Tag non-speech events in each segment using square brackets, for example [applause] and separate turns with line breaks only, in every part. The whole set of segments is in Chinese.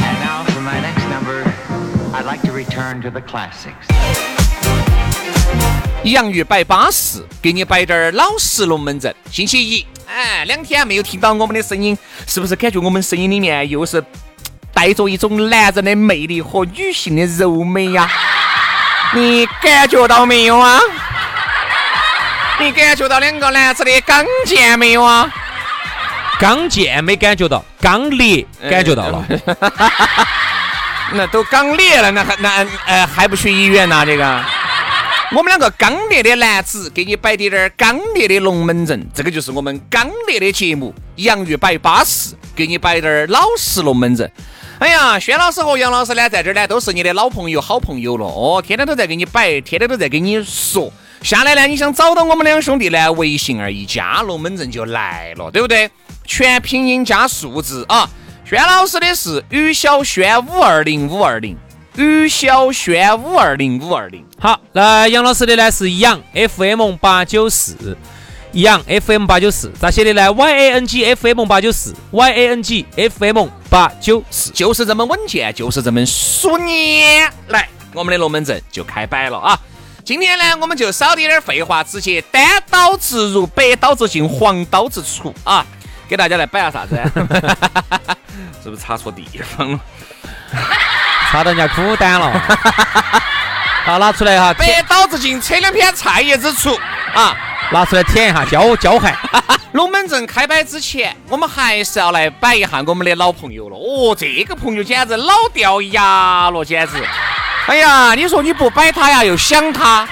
And now for my next number, I'd like to return to the classics.
洋芋摆巴适，给你摆点儿老实龙门阵。星期一，哎，两天没有听到我们的声音，是不是感觉我们声音里面又是嘖带着一种男人的魅力和女性的柔美呀、你感觉到没有啊？你感觉到两个男子的刚健没有啊？
刚健没感觉到，刚烈感觉到了。
那都刚烈了，那还那呃还不去医院呐、这个，我们两个刚烈的男子给你摆点点儿刚烈的龙门阵，这个就是我们刚烈的节目。洋芋摆巴适，给你摆点儿老实龙门阵。哎呀，轩老师和杨老师呢，在这儿呢都是你的老朋友、好朋友了哦，天天都在给你摆，天天都在给你说。下来呢，你想找到我们两兄弟呢，微信而已，加龙门阵就来了，对不对？全拼音加数字啊。轩老师的是于小轩五二零五二零，于小轩五二零五二零。
好，那杨老师的呢是杨 FM 八九四，杨 FM 八九四咋写的呢？Y A N G F M 八九四，Y A N G F M 八九四。
就是这么稳健，就是这么熟练。来，我们的龙门阵就开摆了啊！今天呢，我们就少点点废话，直接单刀直入，白刀子进，黄刀子出啊！给大家来摆下啥子？ [laughs] 是不是插错地方了？
插到人家苦单了。好，拿出来哈，舔
白刀子进，扯两片菜叶子出啊！
拿出来舔一下，交交汗。
龙门阵开摆之前，我们还是要来摆一下我们的老朋友了。哦，这个朋友简直老掉牙了，简直！哎呀，你说你不摆他呀，又想他；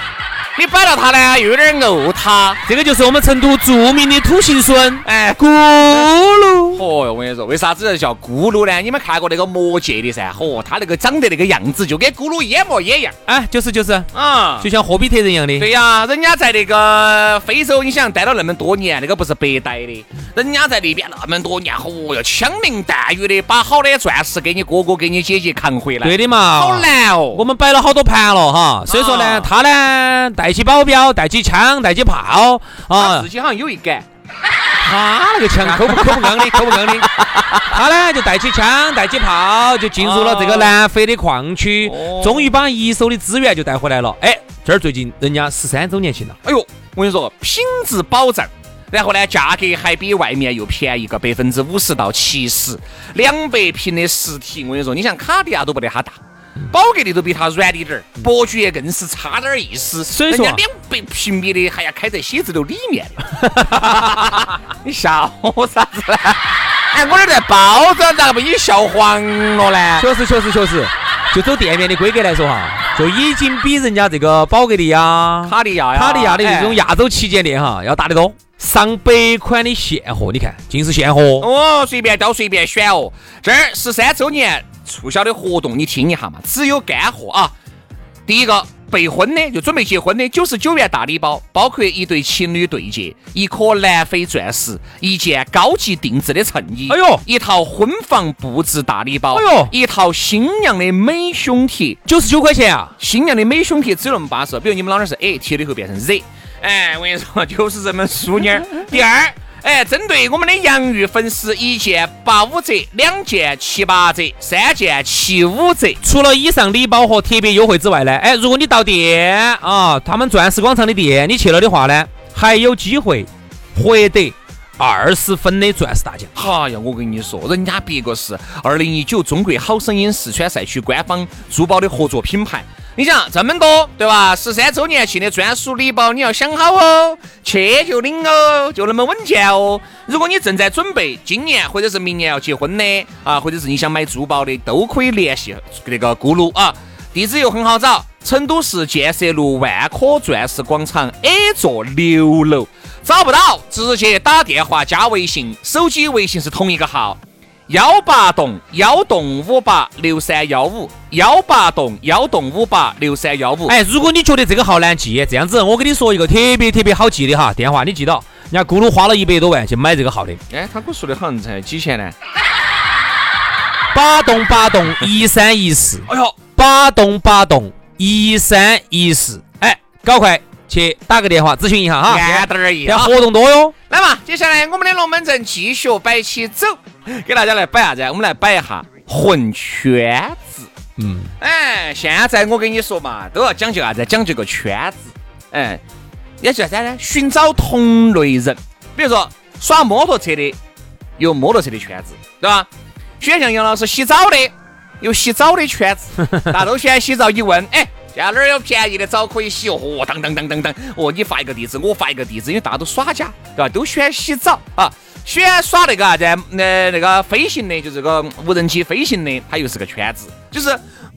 你摆了他呢，又有点怄他。
这个就是我们成都著名的土行孙，
哎，
咕噜。
哦哟，我跟你说，为啥子叫咕噜呢？你们看过那个《魔戒》的噻？嚯，他那个长得那个样子，就跟咕噜一模一样
哎，就是就是，
啊！
就像霍比特人一样的。
对呀、人家在那个非洲，你想待了那么多年，那个不是白待的。人家在那边那么多年，嚯哟，枪林弹雨的，把好的钻石给你哥哥、给你姐姐扛回来。
对的嘛。
好难哦。
我们摆了好多盘了哈，所以说
啊
呢，他呢带起保镖，带起枪，带起炮
他
啊
自，己好像有一杆，
他那个枪抠不抠不刚的，抠不刚的，他呢就带起枪，带起炮，就进入了这个南非的矿区
哦，
终于把一手的资源就带回来了。哎，这儿最近人家十三周年庆了，
哎呦，我跟你说，品质保证。然后呢，价格还比外面又便宜个百分之五十到七十，两百平的实体，我跟你说，你像卡地亚都不得它大，宝格丽都比它软滴点儿，伯爵更是差点儿意思。
所以说
人家两百平米的还要开在写字楼里 [laughs] 面的，你笑我啥子呢？哎，我这儿在包装咋个被你笑黄了呢？
确实确实确实，就走店面的规格来说哈，就已经比人家这个宝格丽呀、
[laughs] 卡地亚呀，
卡地亚的这种
哎
亚洲旗舰店哈要大得多，上百款的现货，你看尽是现货。
哦，随便挑随便选哦。这儿十三周年促销的活动，你听一下嘛，只有干货啊。第一个备婚的，就准备结婚的，九十九元大礼包，包括一对情侣对戒，一颗南非钻石，一件高级定制的衬衣，
哎呦
一套婚房布置大礼包，
哎呦
一套新娘的美胸贴，
九十九块钱啊！
新娘的美胸贴只有那么巴适，比如你们老娘是 A，贴了以后变成 Z，哎，我跟你说就是这么淑女儿。第二，哎，针对我们的洋芋粉丝，一件八五折，两件七八折，三件七五折。
除了以上礼包和特别优惠之外呢，哎，如果你到店啊，他们钻石广场的店，你去了的话呢，还有机会获得二十分的钻石大奖。
哎呀，我跟你说，人家别个是二零一九中国好声音四川赛区官方珠宝的合作品牌。你想这么多，对吧？十三周年庆的专属礼包，你要想好哦，去就领哦，就那么稳健哦。如果你正在准备今年或者是明年要结婚的啊，或者是你想买珠宝的，都可以联系那个咕噜啊。地址又很好找，成都市建设路万科钻石广场 A 座六楼。找不到，直接打电话加微信，手机微信是同一个号。幺八栋幺栋五八六三幺五，幺八栋幺栋五八六三幺五。哎，
哎，如果你觉得这个号难记，这样子我跟你说一个特别特别好记的哈，电话你记到，人家咕噜花了一百多万去买这个号的，
哎，他给我说的好像才几钱呢？
八栋八栋一三一四，
[laughs] 哎呦，
八栋八栋一三一四，哎，搞快去打个电话咨询一下哈，
安点儿一
现在
啊！
活动多哟。
来嘛，接下来我们的龙门阵继续摆起走，给大家来摆啥子？我们来摆一下混圈子。
嗯，
哎，现在我跟你说嘛，都要讲究啥子？讲究个圈子。哎，也就是啥呢？寻找同类人。比如说耍摩托车的有摩托车的圈子，对吧？选像杨老师洗澡的有洗澡的圈子，大家都喜欢洗澡。一问，哎，现在哪儿有便宜的澡可以洗？哦，当当当当当，哦，你发一个地址，我发一个地址，因为大家都耍家，对吧？都喜欢洗澡啊，喜欢耍那个啥子？呃，那个飞行的，就是这个无人机飞行的，它又是个圈子，就是。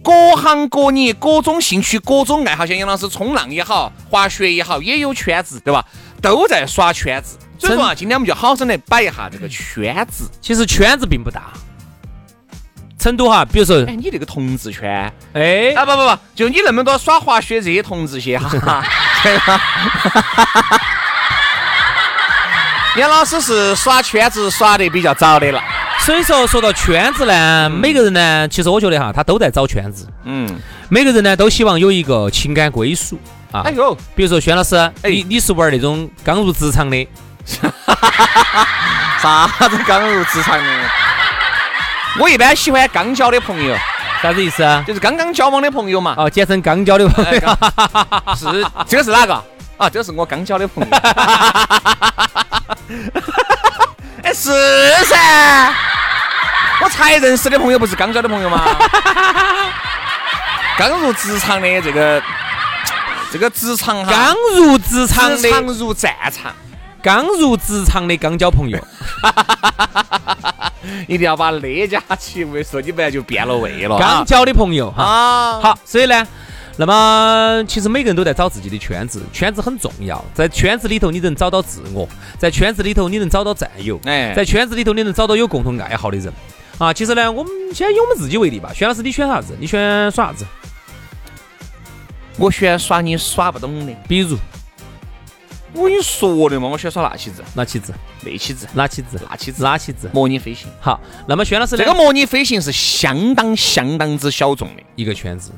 各行各业、各种兴趣、各种爱好，像杨老师冲浪也好，滑雪也好，也有圈子，对吧？都在耍圈子。所以说啊，今天我们就好生来摆一下这个圈子。
其实圈子并不大，成都哈，比如说，
哎，你这个同志圈啊，
哎，
不不不，就你那么多耍滑雪这些同志些，哈哈，对吧？杨老师是耍圈子耍得比较早的了，
所以说说到圈子呢，每个人呢，其实我觉得哈，他都在找圈子，
嗯，
每个人呢都希望有一个情感归属啊。
哎呦，
比如说轩老师，你你是玩那种刚入职场的，
啥子刚入职场的？我一般喜欢刚交的朋友，
啥子意思啊？
就是刚刚交往的朋友嘛。
哦，简称刚交的朋
哎
[laughs] 友。
[laughs] 刚是这个是哪个啊？这个是我刚交的朋 [laughs] 友。哎，是噻，我才认识的朋友不是刚交的朋友吗？ [laughs] 刚入职场的这个这个职场哈，
刚入职场
职场
的，
如战场，
刚入职场的刚交朋友，
一定要把那家起位说，你不然就变了味了
刚
啊。
交的朋友哈。
啊，
好，所以呢，那么其实每个人都在找自己的圈子，圈子很重要，在圈子里头你能找到自我，在圈子里头你能找到战友，
哎
在圈子里头你能找到有共同爱好的人。啊，其实呢，我们先以我们自己为例吧。轩老师，你选啥子？你选耍啥子？
我喜欢耍你耍不懂的，
比如
我跟你说的嘛，我喜欢耍那起子，
拿起子，
那起子，
拿起子，
那起子，
拿起子。
模拟飞行。
好，那么轩老师
这
呢
个模拟飞行是相当相当之小众的，
一个圈子，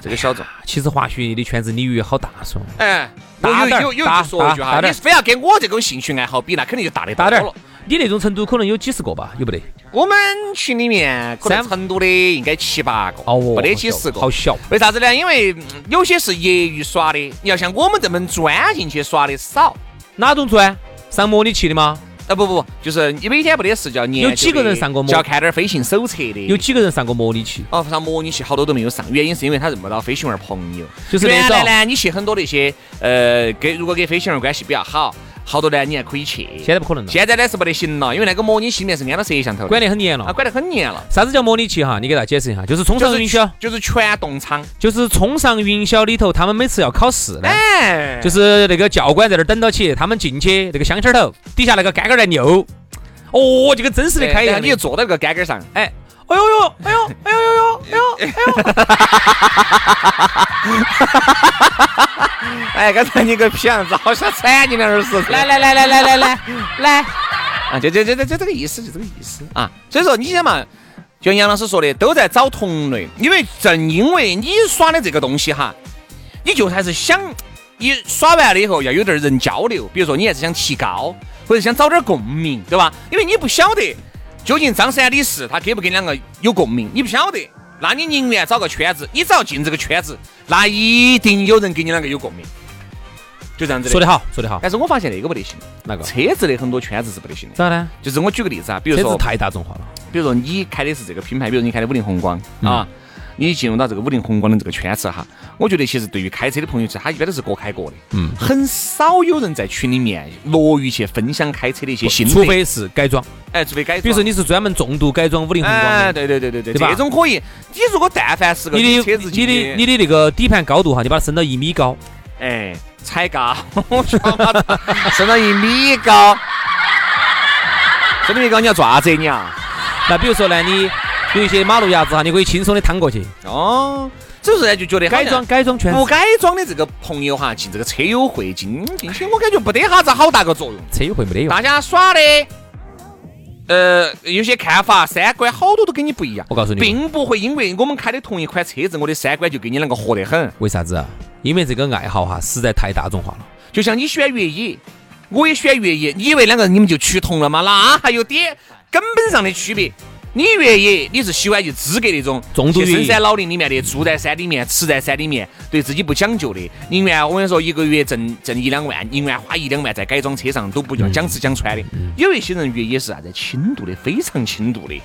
这个小众。
其实滑雪的圈子你以为好大嗦，
哎，我
大
有
点儿
有有
大
一句说一句
大
哈，
大点
你
儿
非要跟我这种兴趣爱好比，那肯定就大得
大点
了
儿。。你那种程度可能有几十个吧，有不得？
我们群里面可能
三
成都的应该七八个，
哦，
没得几十个
好。小。
为啥子呢？因为嗯有些是业余耍的，你要像我们这么钻进去耍的少。
哪种砖？上模拟器的吗？
啊不不不，就是你每天没得事就要研究的
有几个人上过模
就要看点儿飞行手册的。
有几个人上过模拟器？
哦，上模拟器好多都没有上，原因是因为他认不到飞行员朋友。
就是那
原
种
来呢，你去很多那些呃，跟如果跟飞行员关系比较好，好多呢你还可以去。
现在不可能了，
现在呢是没得行了，因为那个模拟器里面是安了摄像头的，
管得很严
啊
了。
管得很严了，
啥子叫模拟器哈？你给大家解释一下，就是冲上
是
云霄，
就是全动舱，
就是冲上云霄里头，他们每次要考试呢，
哎，
就是是那个教官在那儿等到起，他们进去那个箱签儿头底下那个杆杆儿在扭，哦，这个真实的开
然
一样
哎后你就
的，
坐到那个杆杆上，
哎，哎呦呦，哎呦，哎呦呦呦，哎呦。
哎，刚才你个屁样子，好想铲你两耳屎！
来来来来来来来来，
[laughs] 啊，就就就就就这个意思，就这个意思啊。所以说，你想嘛，就像杨老师说的，都在找同类，因为正因为你耍的这个东西哈，你就还是想你耍完了以后要有点儿人交流，比如说你还是想提高，或者想找点儿共鸣，对吧？因为你不晓得究竟张三李四他给不给两个有共鸣，你不晓得。那你宁愿找个圈子，你只要进这个圈子，那一定有人跟你两个有共鸣，就这样子的。
说得好，说得好，
但是我发现那个不得行，
哪个
车子的很多圈子是不得行的。
咋呢？
就是我举个例子啊，比如
车
说
子太大众化了，
比如说你开的是这个品牌，比如你开的五菱宏光
嗯
啊，你进入到这个五菱宏光的这个圈子哈，我觉得其实对于开车的朋友，他一般都是各开各的，嗯，很少有人在群里面乐于去分享开车的一些心得，
除非是改装，
哎，除非改装，
比如说你是专门重度改装五菱宏
哎，
光的，
对对对对对，
对吧
这种可以，你如果但凡是个
你的
车子
你
进
的
去
你的那个底盘高度哈，你把它升到一米高，
哎，踩高，
[laughs]
升到一米高，升到一米高你要做啥子你啊？
[laughs] 那比如说呢，你有一些马路牙子哈，你可以轻松的趟过去，
哦，所以说呢就觉得好像
改装改装圈子
不改装的这个朋友哈，进这个车友会进进去，我感觉不得啥子好大个作用。
车友会没得用。
大家耍的，呃，有些看法、三观，好多都跟你不一样。
我告诉你
并不会因为我们开的同一款车子，我的三观就跟你两个合得很。
为啥子啊？因为这个爱好哈实在太大众化了。
就像你选越野，我也选越野，你以为两个人你们就趋同了吗？那还有
哎
点根本上的区别。你越野，你是喜欢就资格那种
重度
去
越野
深山老林里面的，住在山里面，吃在山里面，对自己不讲究的，宁愿我跟你说一个月挣挣一两万，宁愿花一两万在改装车上，都不
嗯
要讲吃讲穿的。有一些人越野是啥子轻度的，非常轻度的，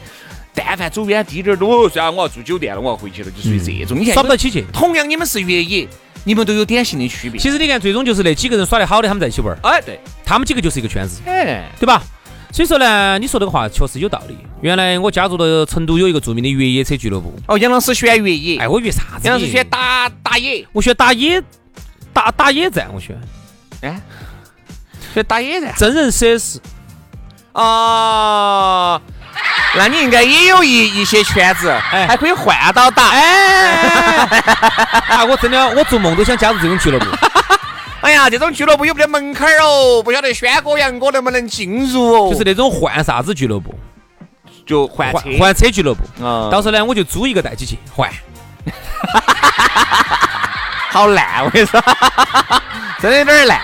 但凡走远滴点儿的，哦，算了，我要住酒店了，我要回去了，就属于这种。你看，
耍不到起去
同样你们是越野，你们都有典型的区别。
其实你看，最终就是那几个人耍得好的，他们在一起玩儿，
哎，对，
他们几个就是一个圈子，
哎。
对吧？所以说呢，你说这个话确实有道理。原来我加入了成都有一个著名的越野车俱乐部，
哦，杨老师选越野，
哎，我越啥子？
杨老师选，打打野，
我选打野，打打野战，我选
哎，选打野噻。
真人 CS。
哦，那你应该也有一一些圈子，
哎
还可以换到打。哎，
啊，我真的，我做梦都想加入这种俱乐部。
哎呀，这种俱乐部有没得门槛儿哦？不晓得轩哥、杨哥能不能进入哦？
就是那种换啥子俱乐部，
就换车
换，换车俱乐部。
嗯
到时候呢，我就租一个带起去换。
好烂，我跟你说， [laughs] 真的有点儿烂。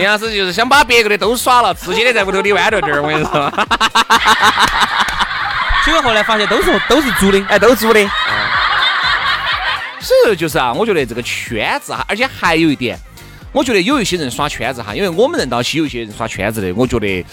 杨老师就是想把别个的都耍了，自己的在屋头里弯着点儿。我跟你说，
结果后来发现都是都是租的，
哎，都租的。所以说就是啊，我觉得这个圈子哈，而且还有一点，我觉得有一些人耍圈子哈，因为我们认到起有一些人耍圈子的，我觉得，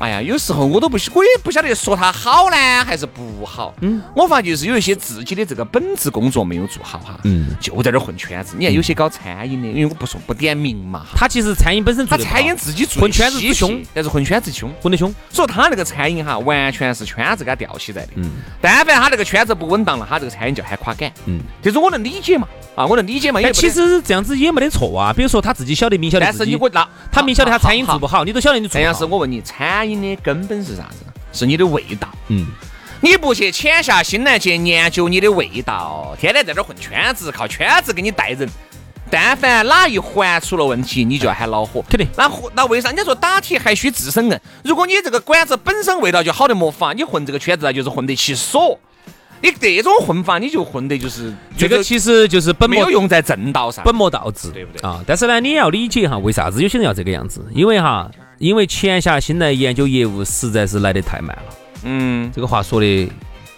哎呀，有时候我都不，我也不晓得说他好呢还是不好。嗯，我发现就是有一些自己的这个本职工作没有做好哈，嗯，就在这儿混圈子。你看有些搞餐饮的，因为我不说不点名嘛，
他其实餐饮本身
他
做得不好
餐饮自己做得
混圈子
稀
之
奇
凶，
但是混圈子凶。
混得凶。
所以他那个餐饮哈，完全是圈子给他吊起在的。
嗯
但凡他那个圈子不稳当了，他这个餐饮就喊垮杆。嗯，这种我能理解嘛，啊，我能理解嘛。因
但
为不
其
得，
实这样子也没得错啊。比如说他自己晓得，明晓得
但
自
是
己
你，我那
他明晓得他餐饮做不
好。
好，你都晓得你做
陈老师，
不好。
我问你，餐饮的根本是啥子？是你的味道。
嗯，
你不去潜下心来去研究你的味道，天天在这儿混圈子，靠圈子给你带人。但凡哪一环出了问题，你就要喊恼火。
肯定
那火那为啥？人家说打铁还需自身硬。如果你这个馆子本身味道就好的没法，你混这个圈子啊，就是混得其所。你这种混法，你就混得就是
这个
就是
其实就是本
没
末
有用在正道上。
本末倒置，
对不对
啊？但是呢，你也要理解哈，为啥子有些人要这个样子？因为哈，因为潜下心来研究业务实在是来得太慢了。
嗯
这个话说的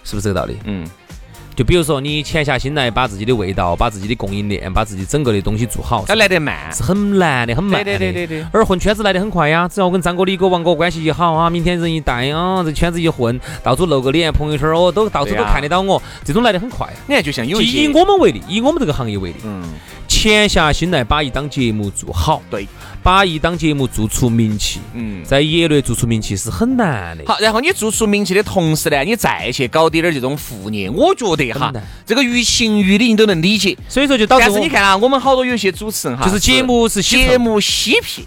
是不是这个道理？
嗯，
就比如说你潜下心来，把自己的味道、把自己的供应链、把自己整个的东西做好，
要来得慢。
是很难的，很慢的。哎
对对对对对
而混圈子来的很快呀，只要我跟张哥、李哥、王哥关系一好啊，明天人一带啊，这圈子一混，到处露个脸，朋友圈哦，都到处
对
都
啊
看得到我，这种来的很快。
你看，就像有
就
一
以
些，
我们为例，以我们这个行业为例，
嗯，
潜下心来把一档节目做好，
对，
把一档节目做出名气，
嗯
在业内做出名气是很难的。
好，然后你做出名气的同时呢，你再去搞点点这种副业，我觉得哈
很难，
这个于情于理你都能理解。
所以说就导致
但
我
是你看啊，我们好多有些主持人哈，
就是节目是稀
节
凑
目嬉皮。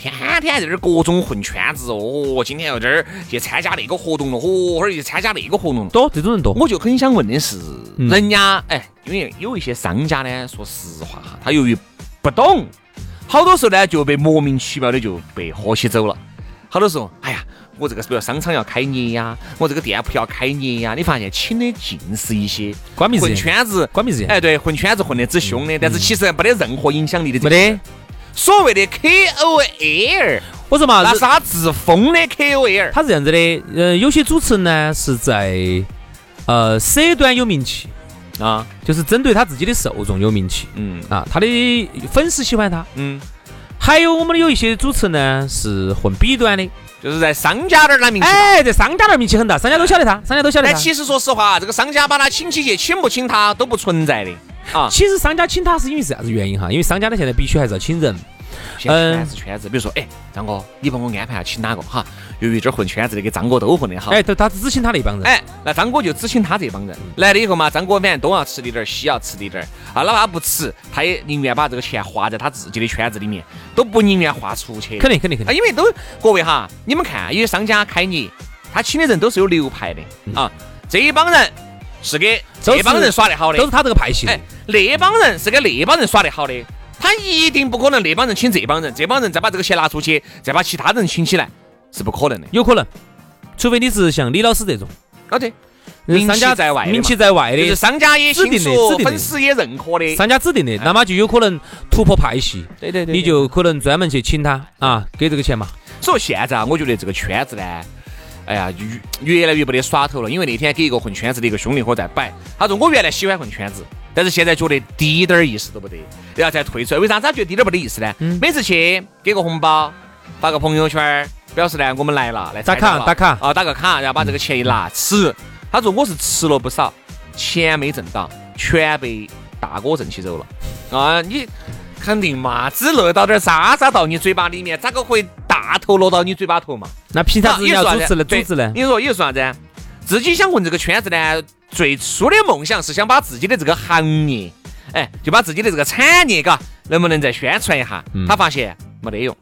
天天在这儿各种混圈子哦，今天又这儿去参加那个活动了，哦，后儿去参加那个活动了。
多这种人多，
我就很想问的是，
嗯
人家哎，因为有一些商家呢，说实话哈，他由于不懂，好多时候呢就被莫名其妙的就被喝起走了。好多时候，哎呀，我这个比如商场要开业呀，我这个店铺要开业呀，你发现请的尽是一些
关闭日
混圈子，
关闭日
哎，对，混圈子混得之凶的，但是其实没得任何影响力的这
没
些人，
得。
所谓的 KOL，
我说嘛，
那
啊是
是他自封的 KOL，
他是这样子的，呃，有些主持人呢是在呃 C 端有名气，
啊，
就是针对他自己的受众有名气
嗯
啊，他的粉丝喜欢他。
嗯，
还有我们的有一些主持人呢是混 B 端的，
就是在商家那儿拿名气。
哎，在商家那儿名气很大，商家都晓得他，商家都晓得
但
他。
哎其实说实话，这个商家把他请起去，请不请他都不存在的啊。
其实商家请他是因为啥子原因哈？因为商家呢现在必须还是要请人，
哦现在
嗯
圈子圈子，比如说，哎，张哥，你帮我安排下请哪个哈？由于这儿混圈子的，跟张哥都混得好。
哎，都他只请他那帮人。
哎，那张哥就只请他这帮人来了以后嘛，张哥反正东要吃的点儿，西要吃的点儿啊，哪怕不吃，他也宁愿把这个钱花在他自己的圈子里面，都不宁愿花出去。
肯定肯定肯
啊，
定，
因为都各位哈，你们看，有些商家开业，他请的人都是有流派的啊，这一帮人是给
嗯都
这帮
是
人耍得好的
都，是他这个派系的
哎，，那帮人是给那帮人耍得好的，他一定不可能那帮人请这帮人，这帮人再把这个钱拿出去，再把其他人请起来，是不可能的。
有可能，除非你是像李老师这种
啊，对，
就是
名
商
气
家
在外的
名
嘛
气在外
就是
的。
商家也
指
清
定的
楚
指，定的
粉丝也认可的。
商家指定的，那么就有可能突破派系，
对对对哎
你就可能专门去请他啊，给这个钱嘛。
所以现在啊，我觉得这个圈子呢，哎呀，越越来越没得耍头了。因为那天给一个混圈子的一个兄弟伙在摆，他说我原来喜欢混圈子，但是现在觉得滴点儿意思都没得，然后再退出来。为啥子他觉得滴点儿没得意思呢？
嗯
每次去给个红包，发个朋友圈儿，表示呢我们来了，来
打卡
参加了
打卡嗯
啊，打个卡，然后把这个钱一拿吃。他说我是吃了不少，钱没挣到，全被大哥挣起走了。啊，你肯定嘛，只漏到点儿渣渣到你嘴巴里面，咋个会大头落到你嘴巴头嘛？
那凭
啊
啥子人家主持呢？主
对
持呢？
你说有啥子啊？自己想混这个圈子呢，最初的梦想是想把自己的这个行业，哎，就把自己的这个产业，嘎，能不能再宣传一下？他发现没得用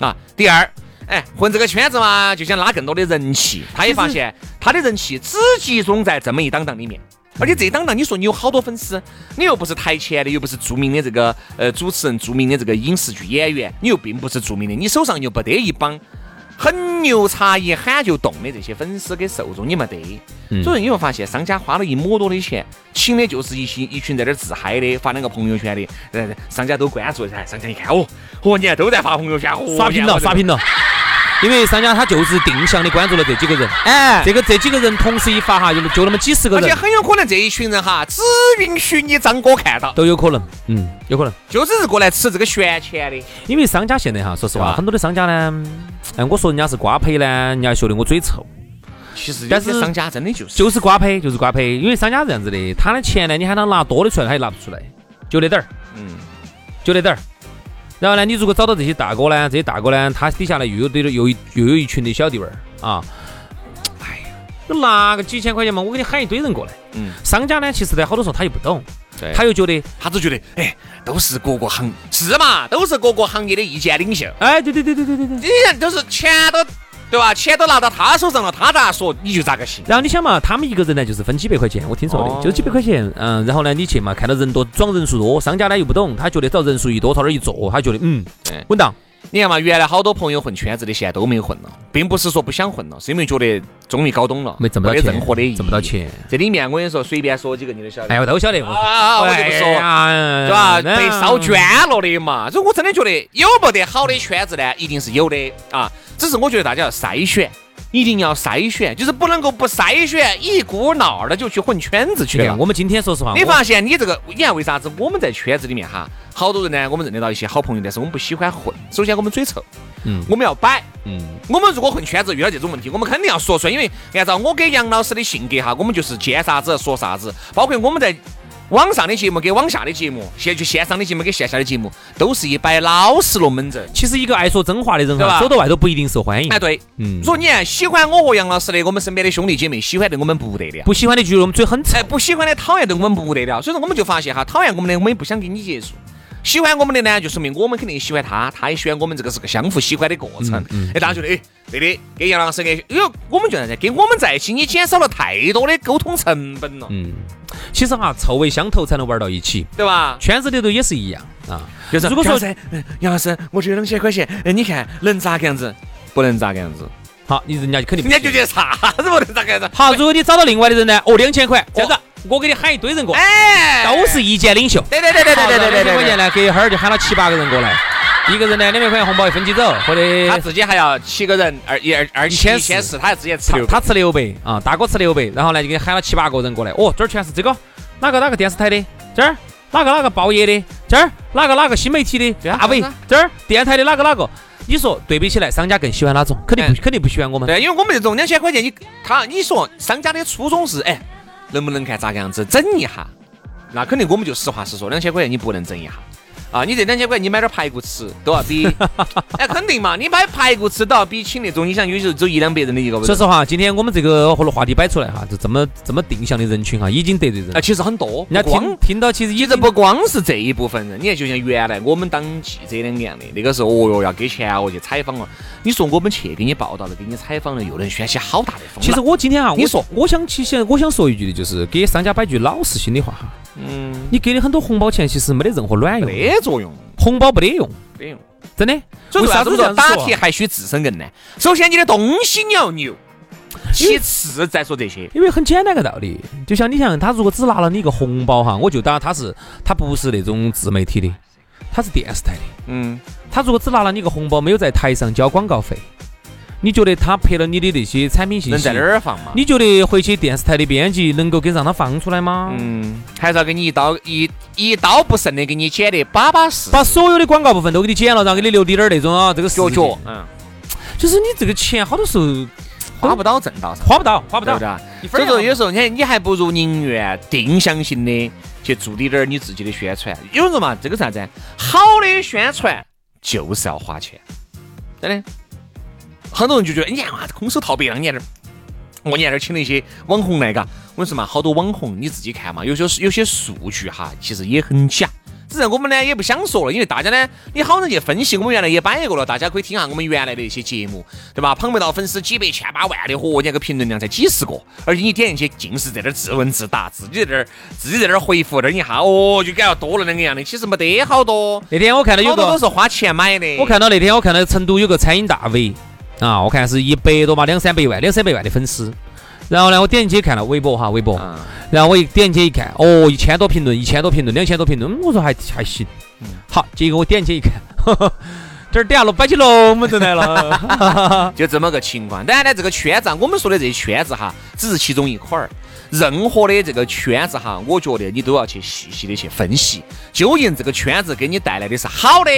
啊。第二，哎，混这个圈子嘛，就想拉更多的人气，他也发现他的人气只集中在这么一档档里面。而且这一档档，你说你有好多粉丝，你又不是台前的，又不是著名的这个呃主持人，著名的这个影视剧演员，你又并不是著名的，你手上又不得一帮很牛叉一喊就动的这些粉丝跟受众你没得，
嗯
所以你会发现商家花了一抹多的钱，请的就是一群一群在那儿自嗨的，发两个朋友圈的，呃，商家都关注，哎，商家一看哦，哦，你看都在发朋友圈，哦
刷屏了，刷，屏了。因为商家他就是定向的关注了这几个人，哎，这个这几个人同时一发哈，就就那么几十个
而且
人
很有可能这一群人哈，只允许你张哥看到，
都有可能，嗯，有可能。
就只是过来吃这个悬钱的，
因为商家现在哈，说实
是
话，
吧
很多的商家呢，哎，我说人家是瓜胚呢，人家觉得我嘴臭，
其实
但
但
是
是商家真的就是
就是瓜胚，就是瓜胚。因为商家是这样子的，他的钱呢，你喊他拿多的出来，他也拿不出来，就那点儿，
嗯，
就那点儿。然后呢，你如果找到这些大哥呢，这些大哥呢，他底下呢又有堆了又又有一群的小弟们儿啊，哎呀，就拿个几千块钱嘛，我给你喊一堆人过来。
嗯，
商家呢，其实在好多时候他又不懂，
对
他又觉得，
他只觉得哎，都是各个行是嘛，都是各个行业的意见领袖。
哎，对对对对对对对。
这些人都是钱都对吧？钱都拿到他手上了，他咋说你就咋个信。
然后你想嘛，他们一个人呢就是分几百块钱，我听说的，
哦
就是几百块钱。嗯，然后呢，你去嘛，看到人多，装人数多，商家呢又不懂，他觉得只要人数一多，朝那儿一坐，他觉得嗯
哎，
稳当。
你看嘛，原来好多朋友混圈子的，现在都没有混了，并不是说不想混了，是因为觉得终于搞懂了，
没挣不到
没得
钱
任何的意义
挣不到钱。
这里面我跟你说，随便说几个你都晓得。
哎，我都晓得，我哎嗯
啊，我就不说，
了，
对吧？
那
被烧捐了的嘛，所以我真的觉得有没得好的圈子呢，一定是有的啊。只是我觉得大家要筛选，一定要筛选，就是不能够不筛选，一股脑儿的就去混圈子去
你
了
啊看，。我们今天说实话，
你
我
发现你这个，你看为啥子我们在圈子里面哈，好多人呢，我们认得到一些好朋友，但是我们不喜欢混。首先，我们嘴臭，
嗯
我们要摆。
嗯，
我们如果混圈子遇到这种问题，我们肯定要说出来，因为按照我跟杨老师的性格哈，我们就是见啥子说啥子，包括我们在。网上的节目跟网下的节目，现就线上的节目跟线下的节目，都是一摆老实龙门阵。
其实一个爱说真话的人
对
哈，
吧
走到外头不一定受欢迎
哎，。对，
嗯
所以你看，喜欢我和杨老师的，我们身边的兄弟姐妹喜欢的我们不得了。
不喜欢的觉得我们嘴很
[laughs]
臭
哎，，不喜欢的、讨厌的我们不得了，所以说我们就发现哈，讨厌我们的我们也不想跟你接触，喜欢我们的呢，就说明我们肯定喜欢他，他也喜欢我们，这个是个相互喜欢的过程。哎、大家觉得哎，对的，跟杨老师跟，因为我们觉得呢，跟我们在一起，你减少了太多的沟通成本了，
嗯，其实哈，臭味相投才能玩到一起，
对吧？
圈子里头也是一样啊。
就是
如果说
杨老师，嗯杨老师，我觉得两千块钱，哎，你看能咋个样子？不能咋个样子。
好，你人家就肯定
人
不
家就觉得啥子没得咋个子。
好，如果你找到另外的人呢？哦，两千块，这样子，我给你喊一堆人过，
哎，
都是意见领袖。
对对对对对对对对
两千块
对
钱呢，隔一会儿就喊了七八个人过来，一个人呢两百块钱红包一分起走，或者
他自己还要七个人，二一二二一
千
千
四
四，他还自己吃
他
六个。
他吃六百啊，大哥吃六百，然后呢就给喊了七八个人过来，哦，这儿全是这个哪个哪个电视台的，这儿哪个哪个报业的，这儿哪个哪个新媒体的
啊
大 V，
是啊
这儿电台的哪个哪个，你说对比起来，商家更喜欢哪种？肯定不
嗯
肯定不喜欢我们。
对，因为我们这种两千块钱，你他你说商家的初衷是，哎，能不能看咋个样子整一下？那肯定我们就实话实说，两千块钱你不能整一下啊！你这两千块钱你买点排骨吃都要
[laughs]
比，哎，肯定嘛，你买排骨吃都要比请那种你想有时候走一两百人的一个位
说
置，
实话，今天我们这个话话题摆出来哈，就这么这么定向的人群哈，已经得罪人
啊，
了。
其实很多，
人家
不光
听听到其实已
其
经
实不光是这一部分人，你看，就像原来我们当记者两个样的，那个时候哦哟要给钱哦去采访了，你说我们去给你报道了，给你采访了，又能掀起好大的风浪。
其实我今天啊，
你
我
说
我想其实我想说一句的就是，给商家摆句老实心里话哈，
嗯，
你给的很多红包钱其实没得任何卵用，
没作用，
红包没得用，
没用。
真的。
所以为
为啥
啥
子
子
这
说
样子
打
说啊
铁还需自身硬呢？首先你的东西你要牛，其次再说这些。
因为很简单个道理，就像你像他如果只拿了你一个红包哈，我就当他是他不是那种自媒体的，他是电视台的。
嗯，
他如果只拿了你一个红包，没有在台上交广告费，你觉得他拍了你的那些产品信
能
息
在哪？儿放嘛？
你觉得回去电视台的编辑能够给让他放出来吗？
嗯，还是要给你一刀一一刀不剩的给你剪得巴巴适，
把所有的广告部分都给你剪了，然后给你留滴点儿那种啊，这个
角
视
角
角，，
嗯，
就是你这个钱好多时候
花不到正道上，
花不到，花不
对不，
到
对啊？
一分
所
儿
以
也
说，有
花不到
时候你看，你还不如宁愿定向性的去做滴点儿你自己的宣传。有人说嘛，这个啥子？好的宣传就是要花钱，真的。很多人就觉得，
哎
你看嘛，空手套白狼，你看这儿，我你看这儿请了一些网红来，嘎，我跟你说嘛，好多网红你自己看嘛，有些有些数据哈，其实也很假。只是我们呢也不想说了，因为大家呢，你好人去分析，我们原来也摆过了，大家可以听下我们原来的一些节目，对吧？捧不到粉丝几百千把万的，嚯，人家个评论量才几十个，而且你点进去尽是在那儿自问自答，自己在那儿自己在那儿回复，那儿一下哦，就感觉多了两个样的，其实没得好多，
那天我看到有
好
个
多都是花钱买的。
我看到那天我看到成都有个餐饮大 V 啊，我看是一百多嘛，两三百万，两三百万的粉丝。然后呢，我点进去看了微博哈，微博，
啊，
然后我一点进去一看，哦，一千多评论，一千多评论，两千多评论，嗯我说还还行。
嗯
好，结果我点进去一看，呵呵这儿底下了摆起龙门阵来了。哈哈哈
就这么个情况。当然呢，这个圈子啊，我们说的这些圈子哈，只是其中一块儿。任何的这个圈子哈，我觉得你都要去细细的去分析，究竟这个圈子给你带来的是好的，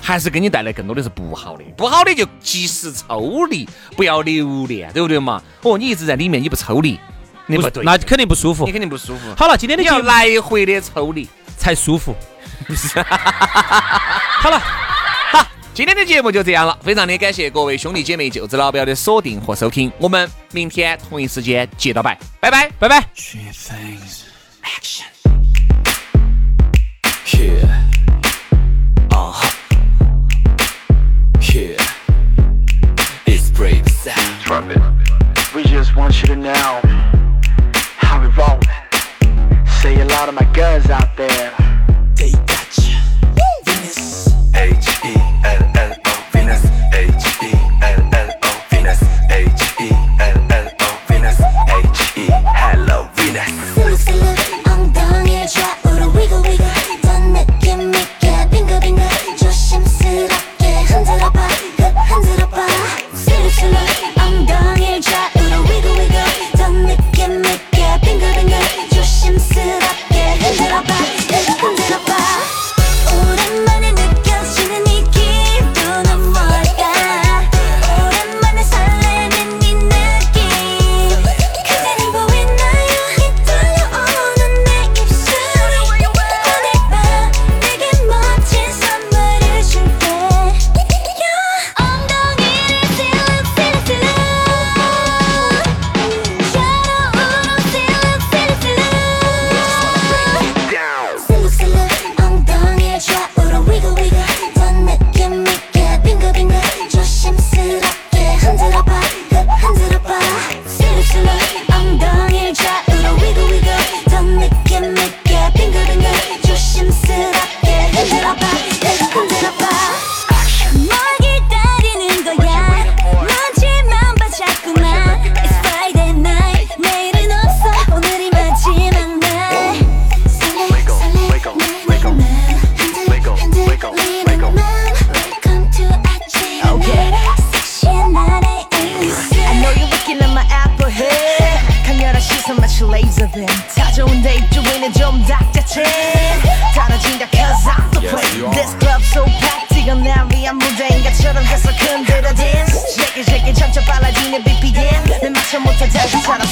还是给你带来更多的是不好的。不好的就及时抽离，不要留恋，对不对嘛？哦，你一直在里面，你不抽离， [laughs] 你不对，
[laughs] 那肯定不舒服
你。肯定不舒服。
好了，今天的
你
节
要
目
来回的抽离。
才舒服。好了，
好，今天的节目就这样了，非常的感谢各位兄弟姐妹、舅子老表的锁定和收听，我们明天同一时间接着拜，拜拜。
拜拜。
Yeah. Uh huh. Yeah. It's brave sound.
trumpet. We just want you to know how we roll. Say a lot of my guns out there.
They got ya. Venus. H E L L O Venus. H E L L O Venus. H E L L O Venus. H E hello Venus.
I'm down, yeah, try, or a wiggle, wiggle. 더 느낌이 그그 devil's trying to